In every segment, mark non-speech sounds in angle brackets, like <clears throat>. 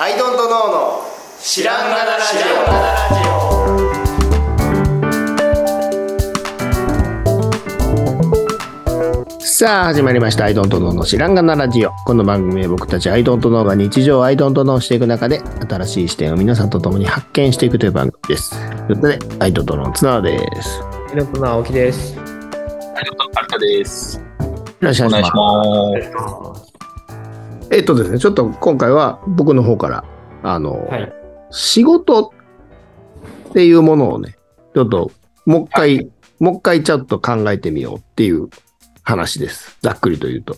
アイドントノーの知らんがなラジオさあ始まりました「アイドントノーの知らんがなラジオ」この番組は僕たちアイドントノーが日常をアイドントノーしていく中で新しい視点を皆さんと共に発見していくという番組ですということでアイドントノーの綱田ですひろとなおきです。よアルタです。いらっしゃいお願いしまえっとですねちょっと今回は僕の方からあの、はい。仕事っていうものをね、ちょっと、もう一回、もう一回ちょっと考えてみようっていう話です。ざっくりと言うと。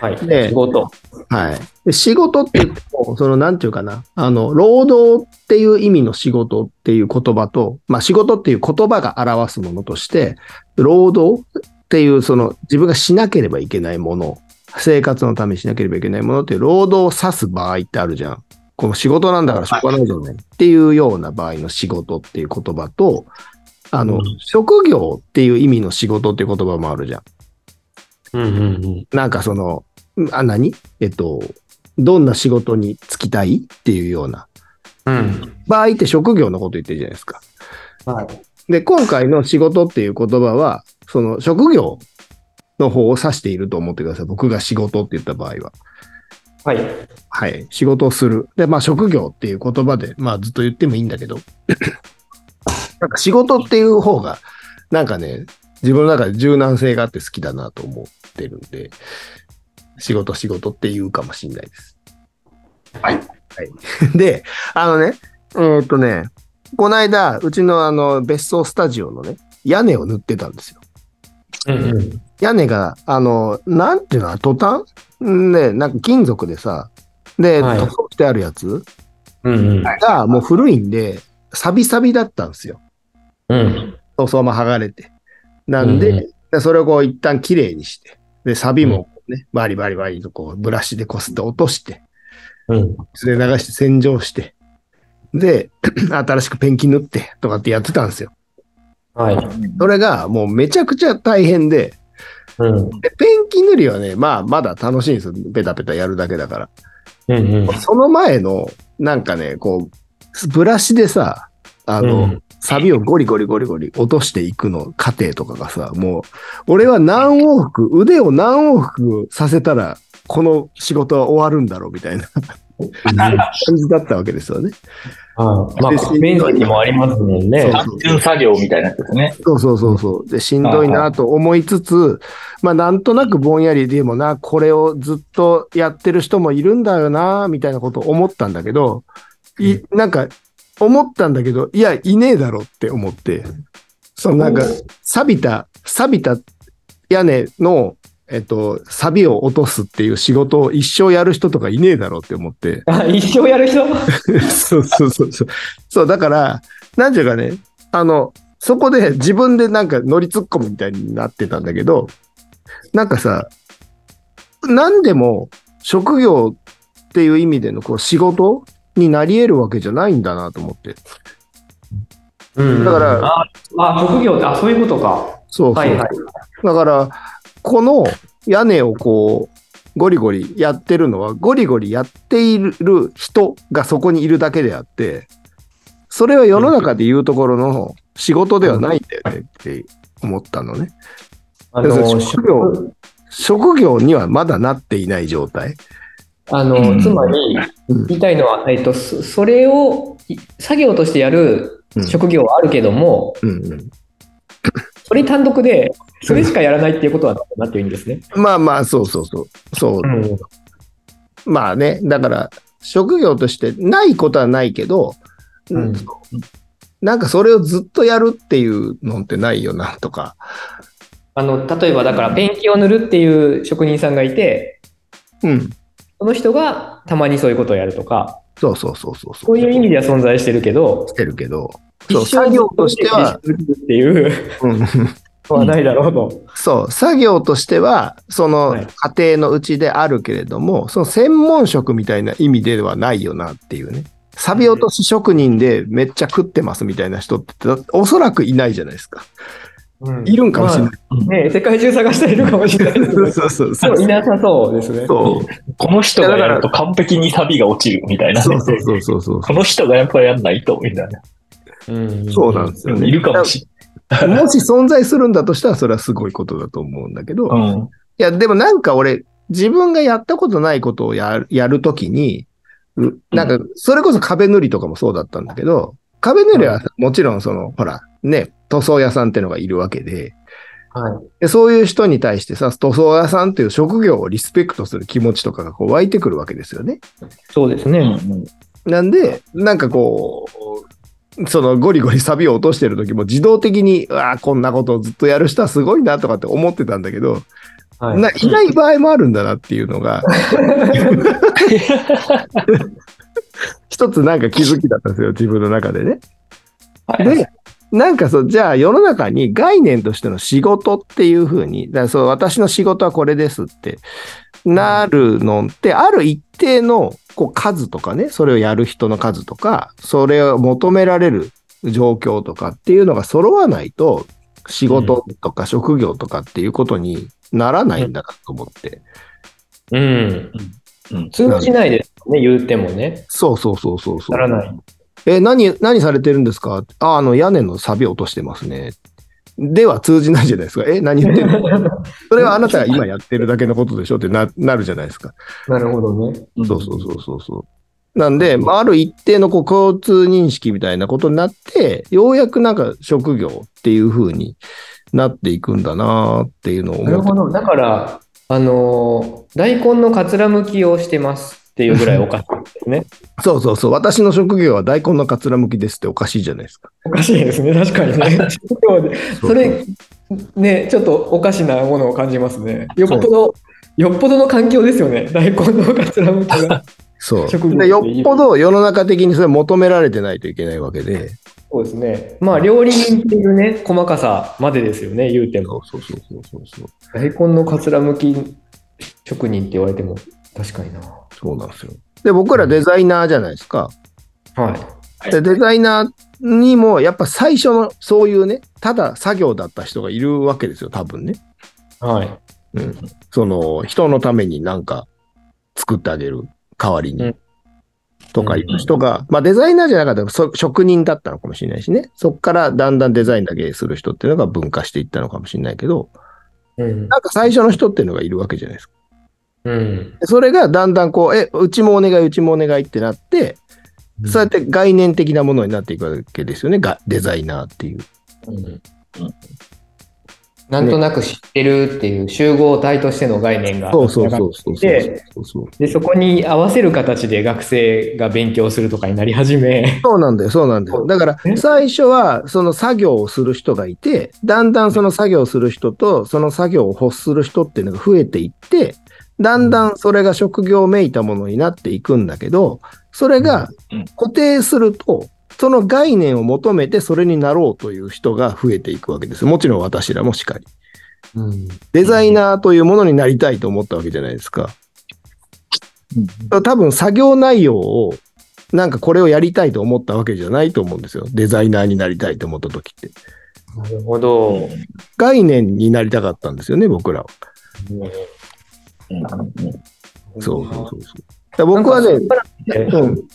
はい。す。で仕、事。はい。で仕事って言っても、その、なんていうかな、あの、労働っていう意味の仕事っていう言葉と、まあ、仕事っていう言葉が表すものとして、労働っていう、その、自分がしなければいけないもの、生活のためにしなければいけないものっていう、労働を指す場合ってあるじゃん。この仕事なんだからしょうがないじゃないっていうような場合の仕事っていう言葉と、あの、職業っていう意味の仕事っていう言葉もあるじゃん。うんうんうん。なんかその、んあ、何えっと、どんな仕事に就きたいっていうようなうん。場合って職業のこと言ってるじゃないですか。はい。で、今回の仕事っていう言葉は、その職業の方を指していると思ってください。僕が仕事って言った場合は。はい。はい。仕事をする。で、まあ職業っていう言葉で、まあずっと言ってもいいんだけ <laughs> ど、なんか仕事っていう方が、なんかね、自分の中で柔軟性があって好きだなと思ってるんで、仕事仕事って言うかもしれないです。はいはい。 <laughs> で、あのね、えーっとね、この間、うちのあの別荘スタジオのね、屋根を塗ってたんですよ。うんうん。屋根が、あの、なんていうの、トタンね、なんか金属でさ、で、はい塗装してあるやつうんうん。がもう古いんで、サビサビだったんですよ。うん。塗装も剥がれて。なんで、うんでそれをこう一旦綺麗にして、で、サビもね、バリバリバリとこうブラシでこすって落として、うん。水で流して洗浄して、で、 <clears throat> 新しくペンキ塗ってとかってやってたんですよ。はい。それがもうめちゃくちゃ大変で、うん。でペンキ塗りはね、まあまだ楽しいんですよ。ペタペタやるだけだから。うんうん。その前の、なんかね、こう、ブラシでさ、あの、うんサビをゴリゴリゴリゴリ落としていくの過程とかがさ、もう、俺は何往復、腕を何往復させたら、この仕事は終わるんだろうみたいな感じだったわけですよね。はい。まあ、面積もありますもんね。単純作業みたいなやつですね。そうそうそうそう。で、しんどいなと思いつつ、まあ、なんとなくぼんやりでもな、これをずっとやってる人もいるんだよな、みたいなことを思ったんだけど、い、なんか、思ったんだけど、いや、いねえだろって思って、そのなんか、錆びた、錆びた屋根の、えっと、錆を落とすっていう仕事を一生やる人とかいねえだろって思って、あ、一生やる人 <laughs> そうそうそうそう。そう、だから、なんていうかね、あの、そこで自分でなんか乗り突っ込むみたいになってたんだけど、なんかさ、何でも職業っていう意味でのこう仕事になり得るわけじゃないんだなと思って。うんだから、 <laughs> あ、職業って、あ、そういうことか。そうそう。はいはい。だから、この屋根をこう、ゴリゴリやってるのは、ゴリゴリやっている人がそこにいるだけであって、それは世の中でいうところの仕事ではないんだよねって思ったのね。あそう職業職業にはまだなっていない状態。あうの、んつまりうん、言いたいのは、えっと、そそれを、い作業としてやる職業はあるけども、うんうんそれ単独で、それしかやらないっていうことはななっていいんですね。まあまあ、そうそうそう。そう。ん。まあね、だから、職業としてないことはないけど、うんなんかそれをずっとやるっていうのってないよなとか。あの例えばだからペンキを塗るっていう職人さんがいてうん。その人がたまにそういうことをやるとかそうそうそうそうそう。そういう意味では存在してるけどしてるけど、そう一生作業としては、ずっとペンキを塗るっていううん、のはないだろうと。そう作業としてはそのはい家庭のうちであるけれども、その専門職みたいな意味ではないよなっていうね錆び落とし職人でめっちゃ食ってますみたいな人っておそらくいないじゃないですかうんいるんかもしれない。。ね世界中探しているかもしれないですけど <laughs> そうそうでそう。もいなさそうですね。そうこの人がやると完璧にサビが落ちるみたいなね。そうそうそうそう <laughs> そう。この人がやっぱやんないと、みたいな。うんそうなんですよね。いるかもしもし存在するんだとしたら、それはすごいことだと思うんだけど、れいない。うん。や、でもなんか俺、自分がやったことないことをやるやるときに、うなんか、それこそ壁塗りとかもそうだったんだけど、壁塗りはもちろんその、ほら、ね、塗装屋さんってのがいるわけで、はでそういう人に対してさ、塗装屋さんっていう職業をリスペクトする気持ちとかがこう湧いてくるわけですよね。い。そうですうんね。うんなんで、なんかこう、そのゴリゴリサビを落としてる時も自動的に、うわあ、こんなことをずっとやる人はすごいなとかって思ってたんだけど、はいな、いない場合もあるんだなっていう <laughs> のが、一つなんか気づきだったんですよ、自分の中でね。はいで、なんかそう、じゃあ世の中に概念としての仕事っていうふうに、だからそう私の仕事はこれですってなるのって、ある一定のこう数とかね、それをやる人の数とか、それを求められる状況とかっていうのが揃わないと、仕事とか職業とかっていうことにならないんだなと思って。うん。うん通じないですよね、言ってもね。そうそうそうそうそう。ならない。え、何、何されてるんですかあ、あの、屋根の錆落としてますね。では通じないじゃないですか。え、何言っ <laughs> てんのそれはあなたが今やってるだけのことでしょってな、なるじゃないですか。なるほどね。そうそうそうそうそう。なんで、まあ、ある一定のこう交通認識みたいなことになって、ようやくなんか職業っていう風になっていくんだなっていうのをなる思ほど。だから、あのー大根のかつらむきをしてますっていうぐらいおかしいですね。う。そうそうそう。私の職業は大根のかつらむきですっておかしいじゃないですか。おかしいですね、確かにね。それ、ね、ちょっとおかしなものを感じますね。よっぽど、よっぽどの環境ですよね、大根のかつらむきが。そう。職業でよっぽど世の中的にそれ求められてないといけないわけで。そうですね。まあ、料理人っていうね、細かさまでですよね、言うても。そうそうそうそうそうそう。大根のかつらむき職人って言われても、確かにな。そうなんですよ。で、僕らデザイナーじゃないですか。はい。で、デザイナーにも、やっぱ最初のそういうね、ただ作業だった人がいるわけですよ、多分ね。はい。その、人のためになんか作ってあげる代わりに。うんとかいう人が、まあデザイナーじゃなかったらそ職人だったのかもしれないしね。そっからだんだんデザインだけする人っていうのが分化していったのかもしれないけど、うん。なんか最初の人っていうのがいるわけじゃないですかうん。それがだんだんこう、え、うちもお願い、うちもお願いってなって、そうやって概念的なものになっていくわけですよね、がデザイナーっていう。うんなんとなく知ってるっていう集合体としての概念が。そうそうそうそうそうでそうそう。で、そこに合わせる形で学生が勉強するとかになり始め、そうなんだよ、そうなんだよ。だからね、最初はその作業をする人がいて、だんだんその作業をする人と、その作業を欲する人っていうのが増えていって、だんだんそれが職業めいたものになっていくんだけど、それがうん固定すると、その概念を求めてそれになろうという人が増えていくわけです。もちろん私らもしかり。デザイナーというものになりたいと思ったわけじゃないですか。多分作業内容を、なんかこれをやりたいと思ったわけじゃないと思うんですよ。デザイナーになりたいと思った時って。なるほど。概念になりたかったんですよね、僕らは。そうそうそうそう。だから僕はね、ねうん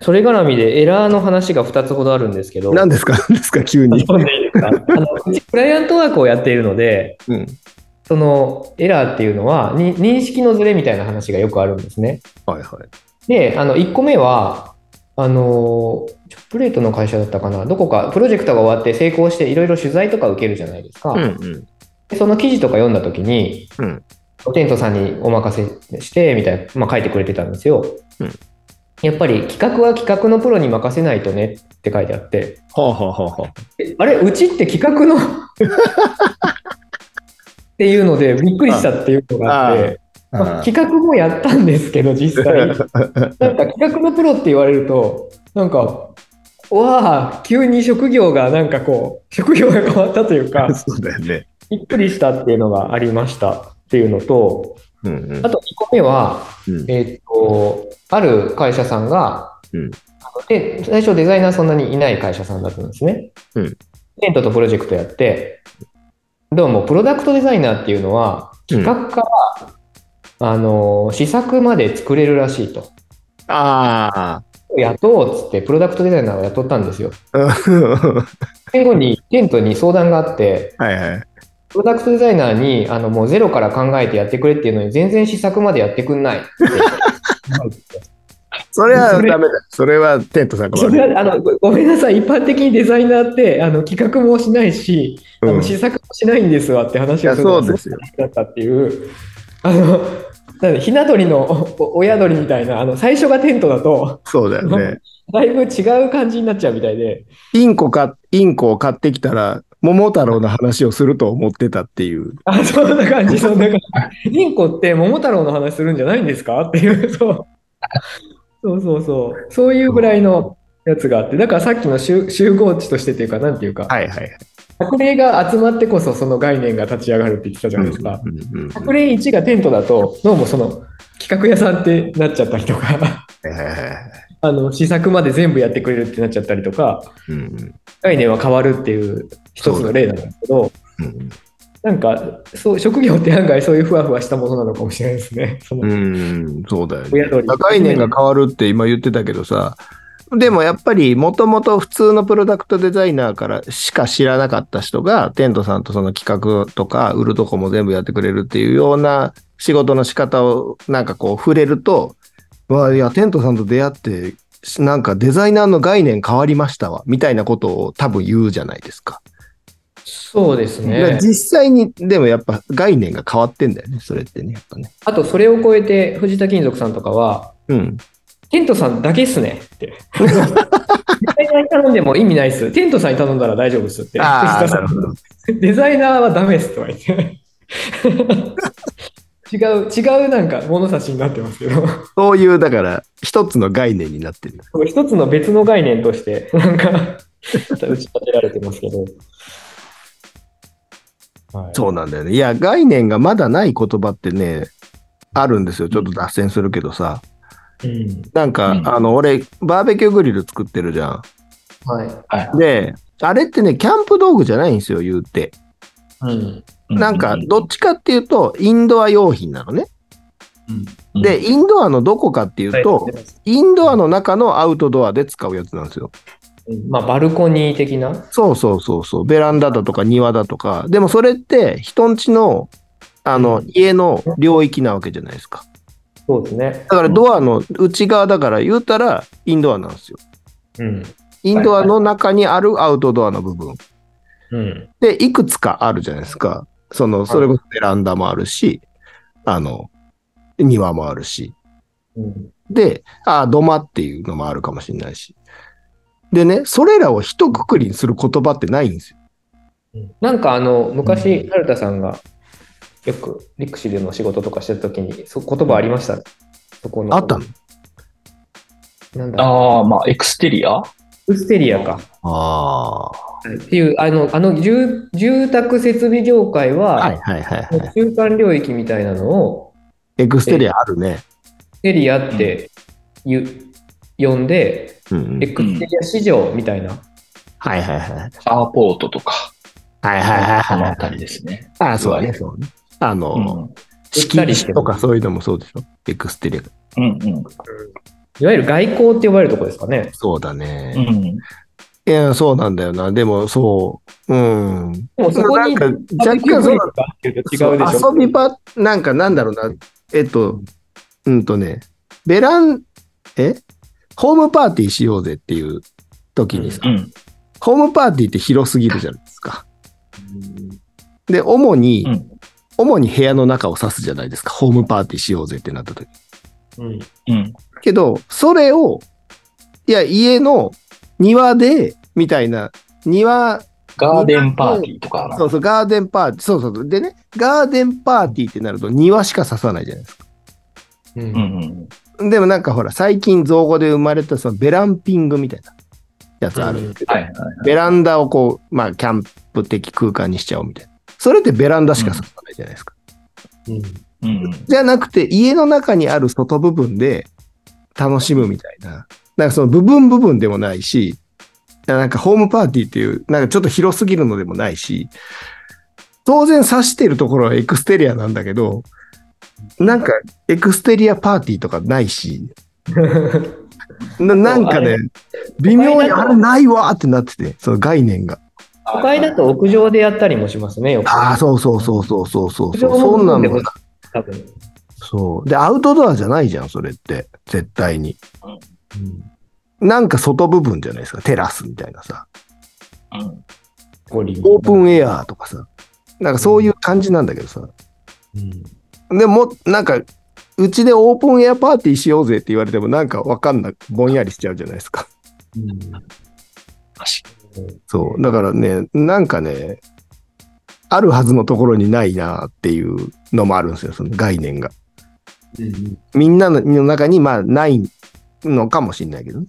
それ絡みでエラーの話が2つほどあるんですけど、何ですか <laughs> 何ですか急に。飛んでいいですかあのうちクライアントワークをやっているので、うん。そのエラーっていうのは、に認識のズレみたいな話がよくあるんですね。はいはい。で、あの1個目は、あのチョップレートの会社だったかな、どこかプロジェクトが終わって成功して、いろいろ取材とか受けるじゃないですか。うんでその記事とか読んだときに、うんテントさんにお任せしてみたいな、まあ、書いてくれてたんですよ。うんやっぱり企画は企画のプロに任せないとねって書いてあって、はあはあはあはあ。、えあれ、うちって企画のっていうので、びっくりしたっていうのがあって、まあ企画もやったんですけど、実際。なんか企画のプロって言われると、なんか、わあ、急に職業がなんかこう、職業が変わったというか <laughs> そうだよね。びっくりしたっていうのがありましたっていうのと、うんうんあと2個目は、うんえーっと、ある会社さんが、うんあので最初デザイナーそんなにいない会社さんだったんですね。うんテントとプロジェクトやって、でももうプロダクトデザイナーっていうのは企画から、あの試作まで作れるらしいとあ雇おうっつってプロダクトデザイナーを雇ったんですよあ。は最後にケントに相談があっていはい。プロダクトデザイナーにあのもうゼロから考えてやってくれっていうのに全然試作までやってくんないってそれはダメだ。それはテントさんが <laughs> そ悪い。れはあのごごめんなさい、一般的にデザイナーってあの企画もしないし、あうのん試作もしないんですわって話いやをするそのうがですすよ。ごいだったっていう、あのなんでひな鳥のおお親鳥みたいなあの、最初がテントだと、そうだよね。だいぶ違う感じになっちゃうみたいで、インコか、インコを買ってきたら、桃太郎の話をすると思ってたっていう。 <laughs> あそんな感 <laughs> じ、そんな感じ、インコって桃太郎の話するんじゃないんですか <laughs> っていう、そうそうそうそう、そういうぐらいのやつがあって、だからさっきの集集合値としてというか、なんていうか。はいはい。百例が集まってこそその概念が立ち上がるって言ってたじゃないですか。うんうんうん百例1がテントだと、どうもその企画屋さんってなっちゃったりとか、 <laughs> はいはいはいあの試作まで全部やってくれるってなっちゃったりとか、うんうん概念は変わるっていう一つの例なんですけど、うんなんかそう職業って案外そういうふわふわしたものなのかもしれないですね。 <laughs> そのうん、そうだよ親鳥ね。概念が変わるって今言ってたけどさ、でもやっぱりもともと普通のプロダクトデザイナーからしか知らなかった人が、テントさんとその企画とか売るとこも全部やってくれるっていうような仕事の仕方をなんかこう触れると、わあ、いや、テントさんと出会って、なんかデザイナーの概念変わりましたわ、みたいなことを多分言うじゃないですか。そうですだから実際に、でもやっぱ概念が変わってんだよね、それってね、やっぱね。あとそれを超えて藤田金属さんとかは、うん。テントさんだけっすねって。デザイナーに頼んでも意味ないっす。テントさんに頼んだら大丈夫っすって。あ藤田あ、さなんるほど。デザイナーはダメですとは言って <laughs> 違う、違うなんか物差しになってますけど、そういう、だから、一つの概念になってる。一つの別の概念として、なんか、打ち立てられてますけど。はいそうなんだよね。いや、概念がまだない言葉ってね、あるんですよ。ちょっと脱線するけどさ。うんなんか、うんあの、俺、バーベキューグリル作ってるじゃはん。で、あれってね、キャンプ道具じゃないんですよ、言うて。い。うん。なんかう、どっちかっていうと、インドア用品なのね。うんで、インドアのどこかっていうと、インドアの中のアウトドアで使うやつなんですよ。まあ、バルコニー的な。そうそうそうそう。ベランダだとか庭だとか。でもそれって、人んちの、あの、家の領域なわけじゃないですか。そうですね。だからドアの内側だから言うたらインドアなんですよ。うん。インドアの中にあるアウトドアの部分。うん。で、いくつかあるじゃないですか。その、それこそベランダもあるし、あの、庭もあるし。うん。で、あ、土間っていうのもあるかもしれないし。でね、それらを一括りにする言葉ってないんですよ。なんかあの昔、う春田さんがよくリクシでの仕事とかしてた時にそ言葉ありました、そこのあったのなんだああ、まあ、エクステリアウステリアか。あっていう、あの、あの住住宅設備業界あ。はいは、はいはいはい。中間領域みたいなのを、エクステリアあるね。ステリアってゆ呼んで、うんうんエクステリア市場みたいな。はいはいはい。アーポートとか、はいはいはいそのはあい。たりですね。あ、そうね、そうね。あの、うん。敷地とかそういうのもそうでしょエクステリア。うんうん。いわゆる外交って呼ばれるとこですかね。そうだうね。ん。いや、そうなんだよな。でも、そう。うん。でもそこに、な若んか若干そう違うでしそうょ。遊び場、なんかなんだろうな。えっと、うんとね、ベラン、えホームパーティーしようぜっていう時にさ、うん。ホームパーティーって広すぎるじゃないですか。で、主に、うん主に部屋の中を指すじゃないですか。ホームパーティーしようぜってなった時。うんうん。けど、それを、いや、家の庭で、みたいな、庭、ガーデンパーティーとかなそうそう、ガーデンパーティー、そうそうそう。でね、ガーデンパーティーってなると庭しか指さないじゃないですか。ううんんうん。でもなんかほら、最近造語で生まれたそのベランピングみたいなやつあるんですけど、はいはい。ベランダをこう、まあ、キャンプ的空間にしちゃおうみたいな。それってベランダしか指さないじゃないですか。うんうんうん。じゃなくて、家の中にある外部分で楽しむみたいな。なんかその部分部分でもないし、なんかホームパーティーっていう、なんかちょっと広すぎるのでもないし、当然指してるところはエクステリアなんだけど、なんかエクステリアパーティーとかないし、ななんかね、微妙にあれないわーってなってて、その概念が。都会だと屋上でやったりもしますね、よく。ああ、そうそうそうそうそうそうそう。屋上そんのな部分でもの多分。そう。で、アウトドアじゃないじゃん、それって。絶対に。なんか外部分じゃないですか。テラスみたいなさ。うん。オープン。ンエアーとかさ。なんかそういう感じなんだけどさ。でも、なんか、うちでオープンエアパーティーしようぜって言われても、なんかわかんない。ぼんやりしちゃうじゃないですか。そう。だからね、なんかね、あるはずのところにないなっていうのもあるんですよ、その概念が。みんなのの中に、まあ、ないのかもしれないけどね。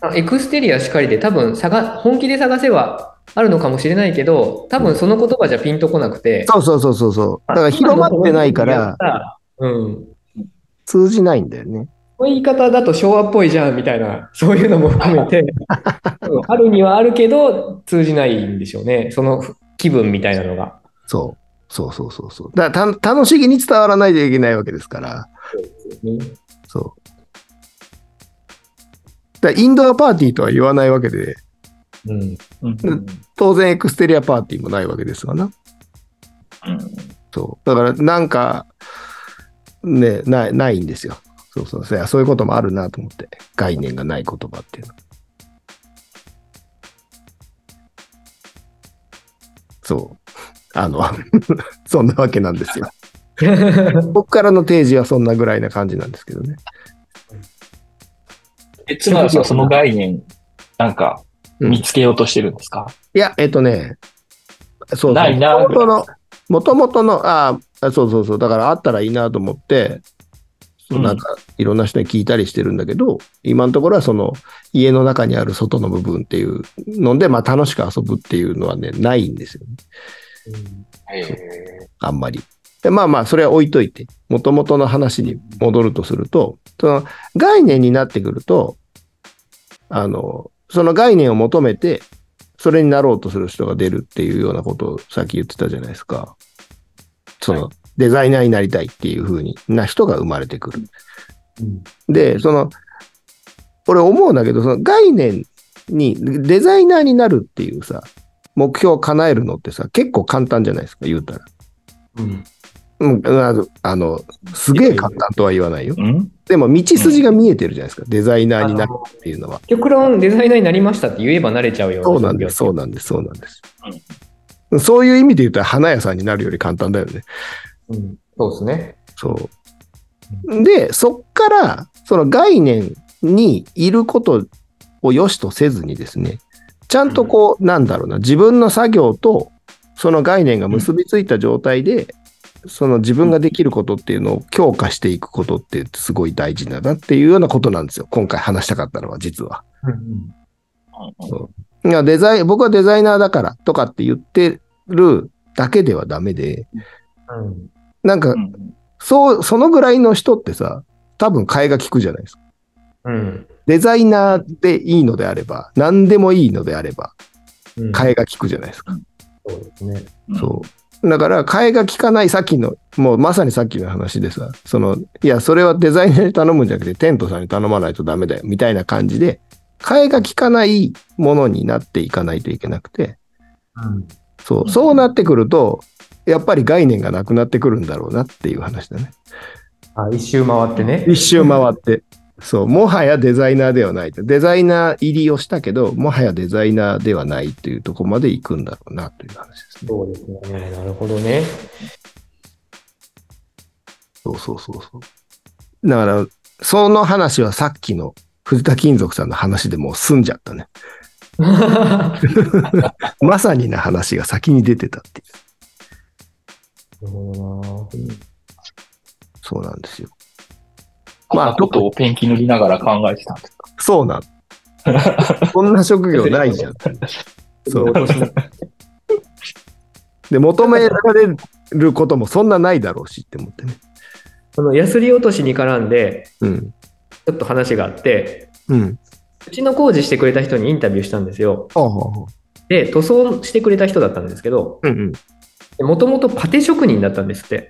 あエクステリアしかりで、多分探本気で探せばあるのかもしれないけど、多分その言葉じゃピンとこなくて、そうそうそうそうそう。だから広まってないから、、うん、通じないんだよね。この言い方だと昭和っぽいじゃんみたいな、 <laughs> そういうのも含め <laughs> て、うんあるにはあるけど、通じないんでしょうね、その気分みたいなのが。そう。そうそうそうそう。だからた楽しげに伝わらないといけないわけですから。そう。だからインドアパーティーとは言わないわけで、 <laughs> うん、うん。うん。当然エクステリアパーティーもないわけですわな。そう。だからなんか、ね、ない、ないんですよ。そうそうそう。そういうこともあるなと思って。概念がない言葉っていうのは。そう。あの、 <laughs> そんなわけなんですよ。僕からの提示はそんなぐらいな感じなんですけどね。え、つまりさその概念、なんか、うん見つけようとしてるんですか、いや、えっとね、そうそう。ないな元々の、元々の、ああ、そうそうそう。だからあったらいいなと思って、うんなんかいろんな人に聞いたりしてるんだけど、今のところはその家の中にある外の部分っていうので、まあ楽しく遊ぶっていうのはね、ないんですよね。あんまり。でまあまあ、それは置いといて、元々の話に戻るとすると、その概念になってくると、あの、その概念を求めて、それになろうとする人が出るっていうようなことをさっき言ってたじゃないですか。その、デザイナーになりたいっていうふうにな人が生まれてくる。で、その、俺思うんだけど、その概念に、デザイナーになるっていうさ、目標を叶えるのってさ、結構簡単じゃないですか、言うたら。うんうん、あのあの、すげえ簡単とは言わないよ。うんでも、道筋が見えてるじゃないですか、デザイナーになるっていうのは。極論デザイナーになりましたって言えば慣れちゃうようそうなんです、職そうなんです、そうなんです。そういう意味で言ったら、花屋さんになるより簡単だよね。業うんそうですね。そう。で、そっから、その概念にいることを良しとせずにですね、ちゃんとこう、なんだろうな、自分の作業と、その概念が結びついた状態で、その自分ができることっていうのを強化していくことってすごい大事だなっていうようなことなんですよ。今回話したかったのは実は。いやデザイン僕はデザイナーだからとかって言ってるだけではダメで、うんなんかうんそう、そのぐらいの人ってさ、多分替えが利くじゃないですか。うんデザイナーでいいのであれば、何でもいいのであれば、うん替えが利くじゃないですか。そうですね。うんそう。だから、替えが利かない、さっきの、もうまさにさっきの話でさ、その、いや、それはデザイナーに頼むんじゃなくて、テントさんに頼まないとダメだよ、みたいな感じで、替えが利かないものになっていかないといけなくて、そうう、んそうなってくると、やっぱり概念がなくなってくるんだろうなっていう話だね。あ一周回ってね。 <laughs> 一周回って。そう、もはやデザイナーではないと。デザイナー入りをしたけど、もはやデザイナーではないというところまで行くんだろうなという話ですね。そうですね。なるほどね。そうそうそうそう。だから、その話はさっきの藤田金属さんの話でもう済んじゃったね。まさにな話が先に出てたっていう。なるほどなそうなんですよ。こんなことをペンキ塗りながら考えてたんですかそう <laughs> なん。こんな職業ないじゃん。そう。 <laughs> で、求められることもそんなないだろうしって思ってね。その、ヤスリ落としに絡んで、うん。ちょっと話があって、うん。うちの工事してくれた人にインタビューしたんですよ。ああ。で、塗装してくれた人だったんですけど、うんうん。もともとパテ職人だったんですって。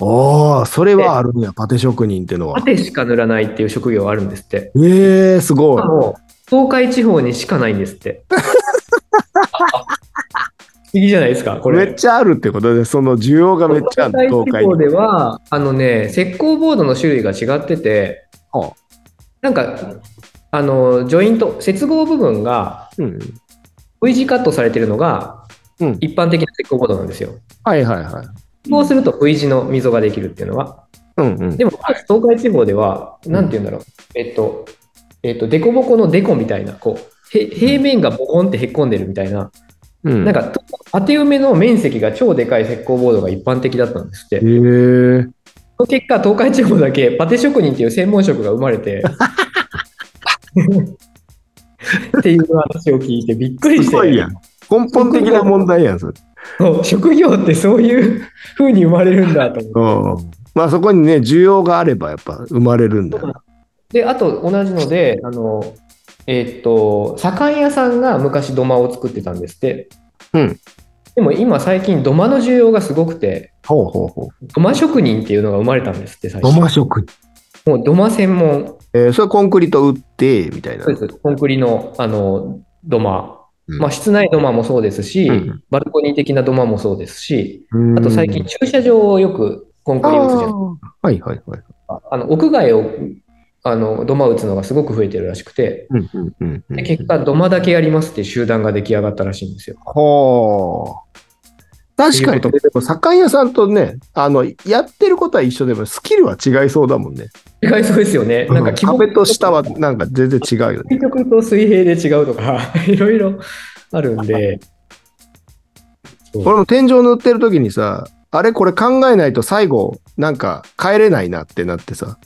ああ、それはあるんや、パテ職人ってのはパ。テしか塗らないっていう職業があるんですって。ええすごい。もう東海地方にしかないんです <laughs> って。不思議じゃないですか、こめれ。っちゃあるってことで、その需要がめっちゃある、東東海海地方。にでは、あのね、石膏ボードの種類が違っててはあ、なんか、あの、ジョイント、接合部分がうん。 V 字カットされてるのが、うん一般的な石膏ボードなんですよ。はいはいはい。こうすると V 字の溝ができるっていうのは。うんうん。でも、東海地方では、なんて言うんだろう。えっと、えっと、デコボコのデコみたいな、こう、へ平面がボコンってへっこんでるみたいな、うん、なんか、当て埋めの面積が超でかい石膏ボードが一般的だったんですって。えそえの結果、東海地方だけパテ職人っていう専門職が生まれて。っていう話を聞いてびっくりして。すごいやん。根本的な問題やん、それ。そう職業ってそういう風に生まれるんだと思って。うん。まあそこにね、需要があればやっぱ生まれるんだよな。で、あと同じので、あの、えーっと、左官屋さんが昔土間を作ってたんですって。うん。でも今最近土間の需要がすごくて、ほうほうほう。土間職人っていうのが生まれたんですって、最土初。間職人。もう土間専門。えーそれコンクリート打って、みたいな。そうです。コンクリの、あの、土間。うんまあ、室内土間もそうですし、うんバルコニー的な土間もそうですし、うんあと最近駐車場をよくコンクあリ打つじゃないですーはいはいはい。か。あの屋外をあの土間打つのがすごく増えてるらしくて、うんうんうんうんで結果土間だけやりますっていう集団が出来上がったらしいんですよ。はあ。確かに、ってでいうも、酒屋さんとね、あの、やってることは一緒でも、スキルは違いそうだもんね。意外そうですよね。なんかうん基本壁と下は、なんか全然違うよね。究極と水平で違うとか、 <laughs> いろいろあるんで、俺も天井塗ってる時にさ、あれこれ考えないと最後、なんか帰れないなってなってさ、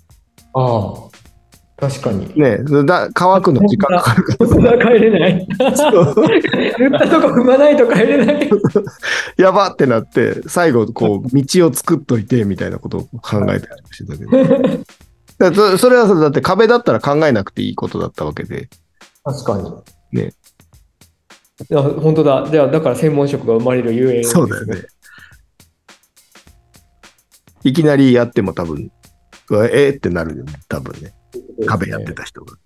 ああ、確かに。ねえだ乾くの時間 <laughs> かかるかそんな帰れない。 <laughs> ら、言ったとこ踏まないと帰れない。やばってなって、最後、こう、道を作っといて、みたいなことを考えたりしてたけど。 <laughs> だからそそれはさ、だって壁だったら考えなくていいことだったわけで。確かに。ね。いや、本当だ。じゃあ、だから専門職が生まれるゆえん、そうだよね。。いきなりやっても多分、うわえーってなるよね、多分ね。壁やってた人が。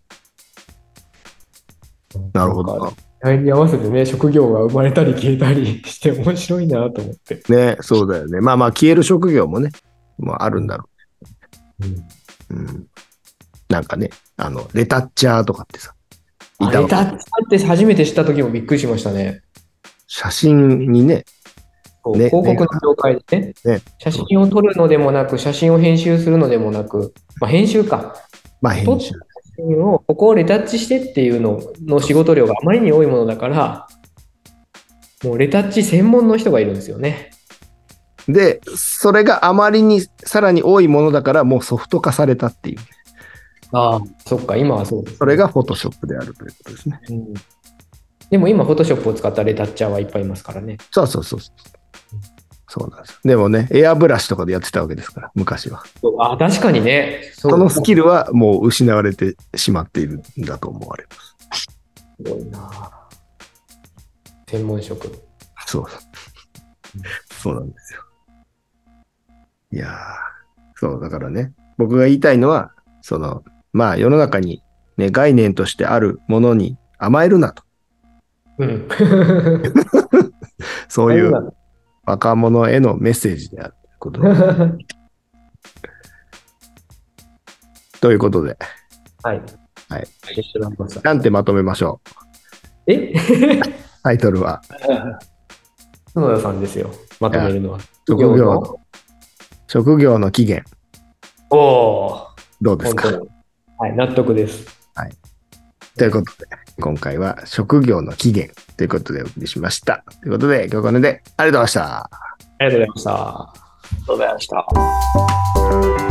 なるほどな。時代に合わせてね、職業が生まれたり消えたり <laughs> して面白いなと思って。ね、そうだよね。まあまあ、消える職業もね、まああるんだろう。うん。なんかね、あの、レタッチャーとかってさ、いあたれわだって初めて知った時もびっくりしましたね。写真にね、こうね広告の業界でねね写真を撮るのでもなく、写真を編集するのでもなく、まあ、編集か。まあ編集。写真をここをレタッチしてっていうのの仕事量があまりに多いものだから、もうレタッチ専門の人がいるんですよね。で、それがあまりにさらに多いものだから、もうソフト化されたっていう。ああ、そっか、今はそうです、それがフォトショップであるということですね。うんでも今、フォトショップを使ったレタッチャーはいっぱいいますからね。そうそうそうそう。そうなんですよ。でもね、エアブラシとかでやってたわけですから、昔は。あ確かにね。このスキル。ルはもう失われてしまっているんだと思われます。すごいな専門職。そうそう。そうなんですよ。いやー、そう、だからね、僕が言いたいのは、その、まあ世の中に、ね、概念としてあるものに甘えるなと。うん。そう <laughs> いう若者へのメッセージであるということでということで、はい。はい。決断しましたなんてまとめましょう。えタイトルは。角田さんですよ。まとめるのは。職業の、職業の起源、おおどうです本当かに。はい、納得です。ということで、今回は職業の起源ということでお送りしました。ということで、今日はこれでありがとうございました。ありがとうございました。りがとうございました。